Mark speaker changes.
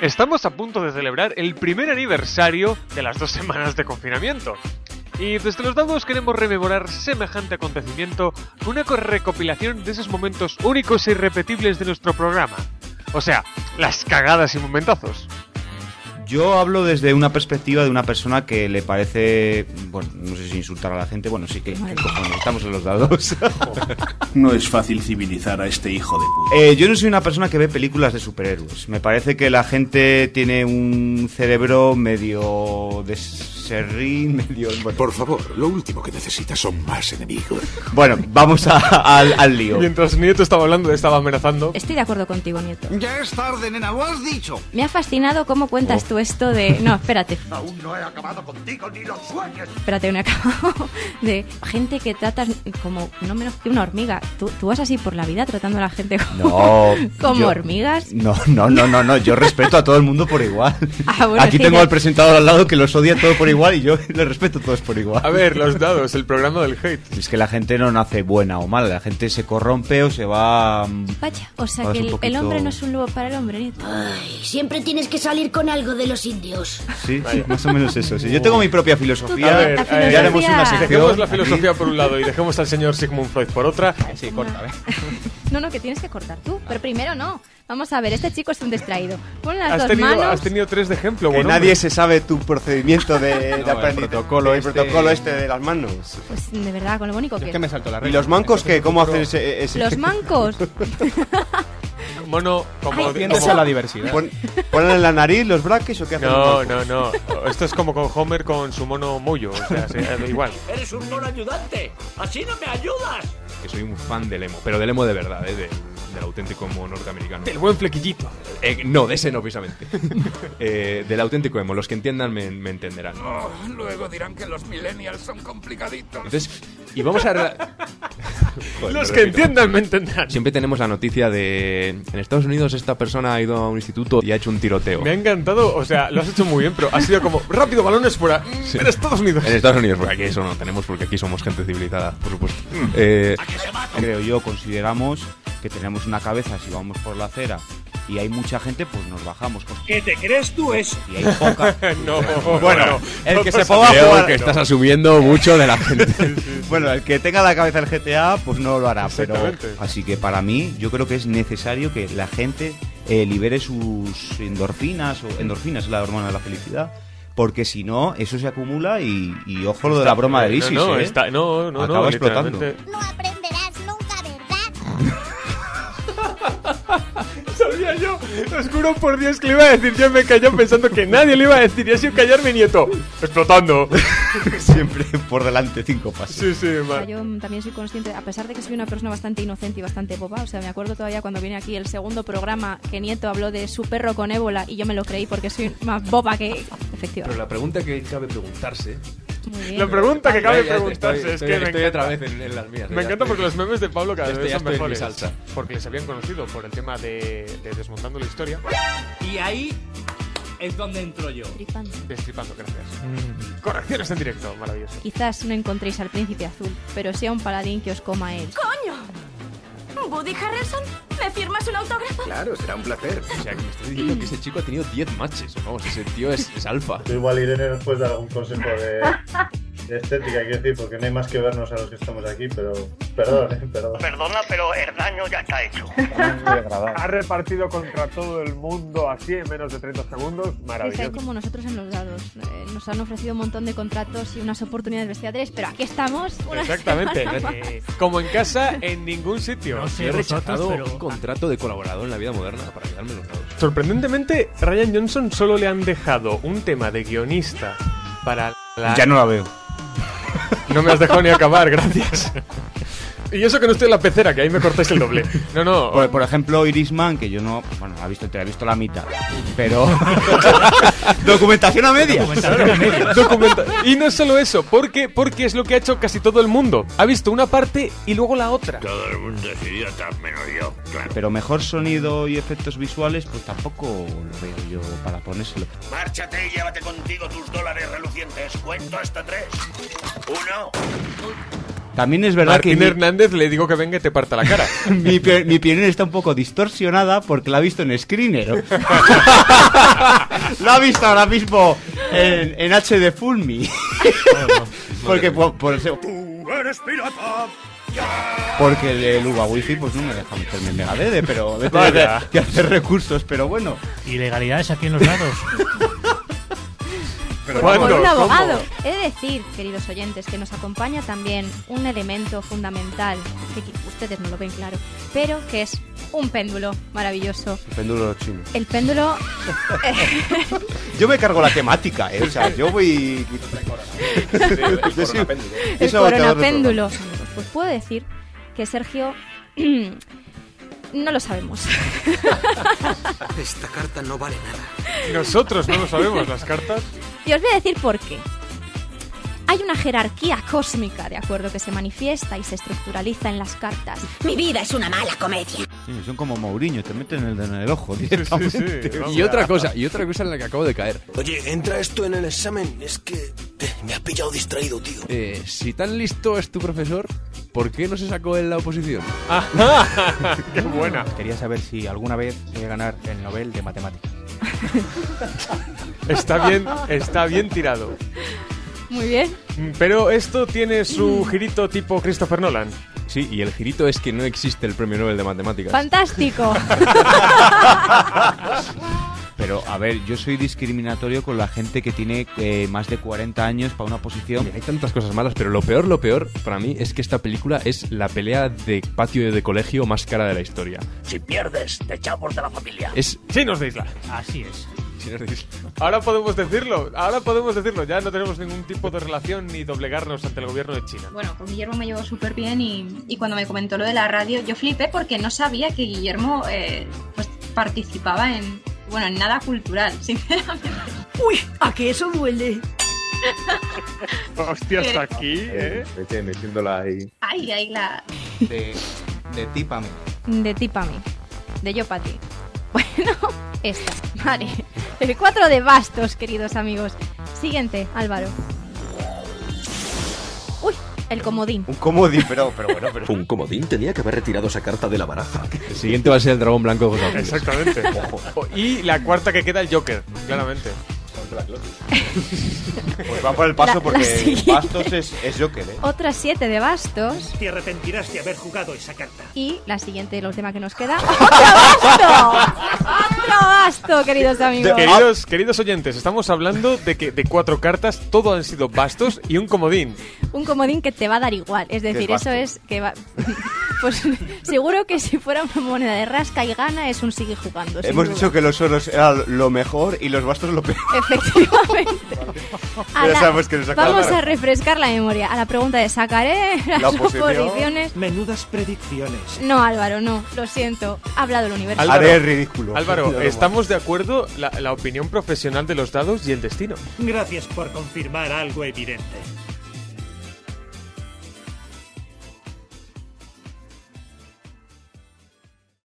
Speaker 1: Estamos a punto de celebrar el primer aniversario de las dos semanas de confinamiento. Y desde los dados queremos rememorar semejante acontecimiento con una recopilación de esos momentos únicos e irrepetibles de nuestro programa. O sea, las cagadas y momentazos.
Speaker 2: Yo hablo desde una perspectiva de una persona que le parece, bueno, no sé si insultar a la gente, bueno, sí que que cojones, estamos en los dados.
Speaker 3: No es fácil civilizar a este hijo de puta.
Speaker 2: Eh, yo no soy una persona que ve películas de superhéroes. Me parece que la gente tiene un cerebro medio de serrín, medio... Bueno,
Speaker 4: Eh, Por favor, lo último que necesitas son más enemigos.
Speaker 2: bueno, vamos a- al, al lío.
Speaker 1: Mientras Nieto estaba hablando, estaba amenazando.
Speaker 5: Estoy de acuerdo contigo, Nieto.
Speaker 6: Ya es tarde, nena, lo has dicho.
Speaker 5: Me ha fascinado cómo cuentas tú esto de... No, espérate.
Speaker 6: Aún no he acabado contigo ni los sueños.
Speaker 5: Espérate, no he acabado. De gente que tratas como no menos que una hormiga. Tú, tú vas así por la vida tratando a la gente como,
Speaker 2: No.
Speaker 5: como
Speaker 2: yo-
Speaker 5: hormigas.
Speaker 2: No, no, no, no, no, yo respeto a todo el mundo por igual.
Speaker 5: Ah, bueno,
Speaker 2: Aquí
Speaker 5: sí,
Speaker 2: tengo
Speaker 5: ya.
Speaker 2: al presentador al lado que los odia todo por igual y yo les respeto a todos por igual.
Speaker 1: A ver, los dados, el programa del hate.
Speaker 2: Es que la gente no nace buena o mala, la gente se corrompe o se va... mm,
Speaker 5: Vaya, o sea
Speaker 2: Vas
Speaker 5: que
Speaker 2: un
Speaker 5: el, el
Speaker 2: poquito-
Speaker 5: hombre no es un lobo para el hombre, Nieto.
Speaker 7: Ay, siempre tienes que salir con algo de los indios.
Speaker 2: Sí, sí, más o menos eso. sí. Yo tengo mi propia filosofía.
Speaker 1: A ver, La a ver.
Speaker 2: ya haremos una
Speaker 5: filosofía.
Speaker 2: sección.
Speaker 1: Dejemos la
Speaker 2: aquí.
Speaker 1: filosofía por un lado y dejemos al señor Sigmund Freud por otra.
Speaker 2: Sí, corta, a ver.
Speaker 5: No, no, que tienes que cortar tú. Pero primero no. Vamos a ver, este chico es un distraído. Pon las
Speaker 1: Has
Speaker 5: dos
Speaker 1: tenido,
Speaker 5: manos.
Speaker 1: has tenido tres de ejemplo,
Speaker 8: Que
Speaker 1: bueno.
Speaker 8: nadie se sabe tu procedimiento de, de
Speaker 2: el
Speaker 8: aprendizaje,
Speaker 2: protocolo
Speaker 8: el
Speaker 2: este-
Speaker 8: protocolo este de las manos.
Speaker 5: Pues de verdad, con lo bonito que,
Speaker 8: Yo
Speaker 5: es.
Speaker 2: salto la Este
Speaker 8: ¿Y los mancos qué? ¿Cómo hacen ese...? ese-
Speaker 5: Los mancos.
Speaker 1: Mono, como,
Speaker 5: Ay,
Speaker 1: como-
Speaker 5: eso-
Speaker 2: diversidad.
Speaker 8: pon- ¿Ponen en la nariz los braques o qué hacen
Speaker 1: No,
Speaker 8: los mancos?
Speaker 1: no, no. Esto es como con Homer con su mono mollo. O sea, sí, eh, igual.
Speaker 6: Eres un mono ayudante. Así no me ayudas.
Speaker 9: Que soy un fan del emo, pero del emo de verdad, ¿eh? del, del auténtico emo norteamericano.
Speaker 1: buen flequillito.
Speaker 9: Eh, no, de ese no, precisamente. Eh, del auténtico emo, los que entiendan me, me entenderán.
Speaker 6: Oh, luego dirán que los millennials son complicaditos.
Speaker 9: Entonces, y vamos a... rela- Joder,
Speaker 1: Los
Speaker 9: me
Speaker 1: que
Speaker 9: repito.
Speaker 1: entiendan me entenderán.
Speaker 9: Siempre tenemos la noticia de... En Estados Unidos esta persona ha ido a un instituto y ha hecho un tiroteo.
Speaker 1: Me ha encantado, o sea, lo has hecho muy bien, pero ha sido como rápido, balones fuera. Mm, En Estados Unidos.
Speaker 9: En Estados Unidos, porque aquí eso no tenemos, porque aquí somos gente civilizada, por supuesto.
Speaker 1: Mm.
Speaker 9: Eh,
Speaker 2: Creo yo, consideramos que tenemos una cabeza si vamos por la acera y hay mucha gente, pues nos bajamos. con-
Speaker 6: ¿Qué te crees tú eso?
Speaker 2: Y hay poca...
Speaker 1: No,
Speaker 2: Bueno, el que se
Speaker 1: pasa-
Speaker 2: ponga a
Speaker 9: pues creo
Speaker 2: jugar...
Speaker 9: que estás asumiendo mucho de la gente.
Speaker 2: Bueno, el que tenga la cabeza el GTA, pues no lo hará. Pero...
Speaker 1: Exactamente.
Speaker 2: Así que para mí, yo creo que es necesario que la gente eh, libere sus endorfinas, o endorfinas es la hormona de la felicidad, porque si no, eso se acumula y, y ojo lo de la broma del ISIS.
Speaker 1: No, no,
Speaker 2: ¿eh?
Speaker 1: está- no, no, no,
Speaker 2: Acaba explotando.
Speaker 1: literalmente.
Speaker 7: No aprenderás nunca, ¿verdad?
Speaker 1: Sabía yo, os juro por Dios que le iba a decir. Yo me callé pensando que nadie le iba a decir. Y ha sido callarme, nieto. Explotando.
Speaker 2: Siempre por delante cinco pasos.
Speaker 1: Sí, sí,
Speaker 5: O sea,
Speaker 1: mal.
Speaker 5: Yo mm, también soy consciente, a pesar de que soy una persona bastante inocente y bastante boba, o sea, me acuerdo todavía cuando vine aquí el segundo programa que Nieto habló de su perro con ébola y yo me lo creí porque soy más boba que... Efectivamente.
Speaker 9: la pregunta que cabe preguntarse...
Speaker 5: Muy bien.
Speaker 1: La pregunta que cabe
Speaker 9: Ya, ya, estoy-
Speaker 1: preguntarse es
Speaker 9: estoy-
Speaker 1: que me
Speaker 9: estoy
Speaker 1: encanta.
Speaker 9: otra vez en, en las mías.
Speaker 1: Me
Speaker 9: ya
Speaker 1: encanta
Speaker 9: estoy-
Speaker 1: porque los memes de Pablo cada
Speaker 9: Este
Speaker 1: vez
Speaker 9: ya
Speaker 1: son
Speaker 9: estoy en mi
Speaker 1: mejores.
Speaker 9: salsa.
Speaker 1: Porque les habían conocido por el tema de, de Desmontando la Historia.
Speaker 6: Y ahí es donde entro yo.
Speaker 5: Flipando.
Speaker 1: Destripando, gracias. Correcciones en directo, maravilloso.
Speaker 5: Quizás no encontréis al príncipe azul, pero sea un paladín que os coma él.
Speaker 10: ¿Woody Harrelson? ¿Me firmas un autógrafo?
Speaker 4: Claro, será un placer.
Speaker 9: O sea, que me estoy diciendo que ese chico ha tenido 10 matches. Vamos, ese tío es, es alfa.
Speaker 11: Igual Irene nos puede dar algún consejo de, de estética, quiero decir, porque no hay más que vernos a los que estamos aquí, pero perdón, eh, perdón.
Speaker 6: Perdona, pero el daño ya está hecho.
Speaker 11: Es muy agradable.
Speaker 1: repartido contra todo el mundo así en menos de 30 segundos.
Speaker 5: Estáis como nosotros en los dados. Eh, nos han ofrecido un montón de contratos y unas oportunidades bestiales, pero aquí estamos. una
Speaker 1: Exactamente.
Speaker 5: semana más.
Speaker 1: Eh, Como en casa, en ningún sitio.
Speaker 9: He rechazado un contrato de colaborador en la vida moderna para quedarme en los lados.
Speaker 1: Sorprendentemente, Ryan Johnson solo le han dejado un tema de guionista para la...
Speaker 2: Ya no la veo.
Speaker 1: No me has dejado ni acabar, gracias. Y eso que no estoy en la pecera, que ahí me cortáis el doble. No, no.
Speaker 2: Por, por ejemplo, Irisman, que yo no. pues Bueno, la he visto, te la he visto la mitad. Pero. Documentación a medias.
Speaker 1: eh, Documenta- Y no es solo eso, porque, porque es lo que ha hecho casi todo el mundo. Ha visto una parte y luego la otra.
Speaker 3: Todo el mundo es idiota, menos yo, claro.
Speaker 2: Pero mejor sonido y efectos visuales, pues tampoco lo veo yo para ponérselo.
Speaker 6: Márchate y llévate contigo tus dólares relucientes. Cuento hasta tres. Uno,
Speaker 2: También es verdad
Speaker 1: Martín
Speaker 2: que mi-
Speaker 1: Hernández le digo que venga y te parta la cara.
Speaker 2: mi, pe- mi opinión está un poco distorsionada porque la ha visto en Screener. la ha visto ahora mismo en, en HD Fulmi. porque por, por eso-
Speaker 12: ¡Tú eres pirata!
Speaker 2: porque el Uva Wifi pues no me deja meterme en Megadede, pero de
Speaker 13: Vaya.
Speaker 2: que hacer recursos, pero bueno.
Speaker 13: Ilegalidades aquí en los lados.
Speaker 2: Pero
Speaker 5: Por
Speaker 2: ¿cuándo?
Speaker 5: un
Speaker 2: ¿Cómo?
Speaker 5: abogado. He de decir, queridos oyentes, que nos acompaña también un elemento fundamental, que qui- ustedes no lo ven claro, pero que es un péndulo maravilloso.
Speaker 8: Péndulo chino.
Speaker 5: El péndulo...
Speaker 8: Yo me cargo la temática, ¿eh? O sea, yo voy. Yo sí.
Speaker 5: el
Speaker 8: Eso va a acabar el
Speaker 5: coronapéndulo. Pues puedo decir que Sergio... No lo sabemos.
Speaker 14: Esta carta no vale nada.
Speaker 1: Nosotros no lo sabemos, las cartas.
Speaker 5: Y os voy a decir por qué. Hay una jerarquía cósmica, ¿de acuerdo? Que se manifiesta y se estructuraliza en las cartas. Mi vida es una mala comedia.
Speaker 2: Sí, son como Mourinho, te meten el dedo en el ojo directamente.
Speaker 9: Y otra cosa, y otra cosa en la que acabo de caer.
Speaker 14: Oye, ¿entra esto en el examen? Es que te- me ha pillado distraído, tío.
Speaker 9: Eh, si tan listo es tu profesor, ¿por qué no se sacó en la oposición?
Speaker 1: ¡Qué
Speaker 2: Ah.
Speaker 1: buena!
Speaker 15: Quería saber si alguna vez voy a ganar el Nobel de Matemáticas.
Speaker 1: Está bien, está bien tirado.
Speaker 5: Muy bien.
Speaker 1: Pero esto tiene su girito tipo Christopher Nolan.
Speaker 9: Sí, y el girito es que no existe el premio Nobel de Matemáticas.
Speaker 5: Fantástico.
Speaker 2: Pero, a ver, yo soy discriminatorio con la gente que tiene eh, más de 40 años para una posición.
Speaker 9: Hay tantas cosas malas, pero lo peor, lo peor para mí es que esta película es la pelea de patio de colegio más cara de la historia.
Speaker 12: Si pierdes, te echamos de la familia.
Speaker 9: Es
Speaker 1: chinos de isla.
Speaker 13: Así es.
Speaker 1: Ahora podemos decirlo, ahora podemos decirlo. Ya no tenemos ningún tipo de relación ni doblegarnos ante el gobierno de China.
Speaker 16: Bueno, con Guillermo me llevo súper bien y, y cuando me comentó lo de la radio, yo flipé porque no sabía que Guillermo eh, pues, participaba en, bueno, en nada cultural, sinceramente. Uy, ¿a qué eso duele?
Speaker 1: Hostia, hasta aquí,
Speaker 9: ¿eh? metiéndola ahí.
Speaker 16: Ay, ay, la...
Speaker 2: De, de típame.
Speaker 5: De tip a mí. De yo para ti. Bueno, esta. Vale. El 4 de bastos, queridos amigos. Siguiente, Álvaro. Uy, el comodín.
Speaker 8: Comodín, pero, pero bueno, pero.
Speaker 14: Un comodín tenía que haber retirado esa carta de la baraja.
Speaker 9: El siguiente va a ser el dragón blanco de José Antonio.
Speaker 1: Exactamente. y la cuarta que queda, el Joker, claramente.
Speaker 8: Pues va por el paso
Speaker 5: La-
Speaker 8: porque
Speaker 5: la siguiente.
Speaker 8: Bastos es, es Joker, ¿eh?
Speaker 5: Otra 7 de bastos.
Speaker 15: Te arrepentirás de haber jugado esa carta.
Speaker 5: Y la siguiente, el tema que nos queda. ¡Otro basto! ¡Otro basto, queridos amigos!
Speaker 1: Queridos, queridos oyentes, estamos hablando de que de cuatro cartas todo han sido bastos y un comodín.
Speaker 5: Un comodín que te va a dar igual. Es decir,
Speaker 1: es
Speaker 5: eso es que va. Pues seguro que si fuera una moneda de rasca y gana, es un sigue jugando. sin
Speaker 8: Hemos
Speaker 5: duda.
Speaker 8: dicho que los oros eran lo mejor y los bastos lo peor.
Speaker 5: Efectivamente. A
Speaker 8: Ya
Speaker 5: la-
Speaker 8: sabemos que nos acaba
Speaker 5: Vamos
Speaker 8: la-
Speaker 5: a refrescar la memoria. A la pregunta de sacaré las
Speaker 8: La oposición.
Speaker 5: oposiciones.
Speaker 15: Menudas predicciones.
Speaker 5: No, Álvaro, no. Lo siento. Ha hablado el universo.
Speaker 15: ridículo.
Speaker 1: Álvaro,
Speaker 15: Yo lo
Speaker 1: estamos de acuerdo la, la opinión profesional de los dados y el destino.
Speaker 15: Gracias por confirmar algo evidente.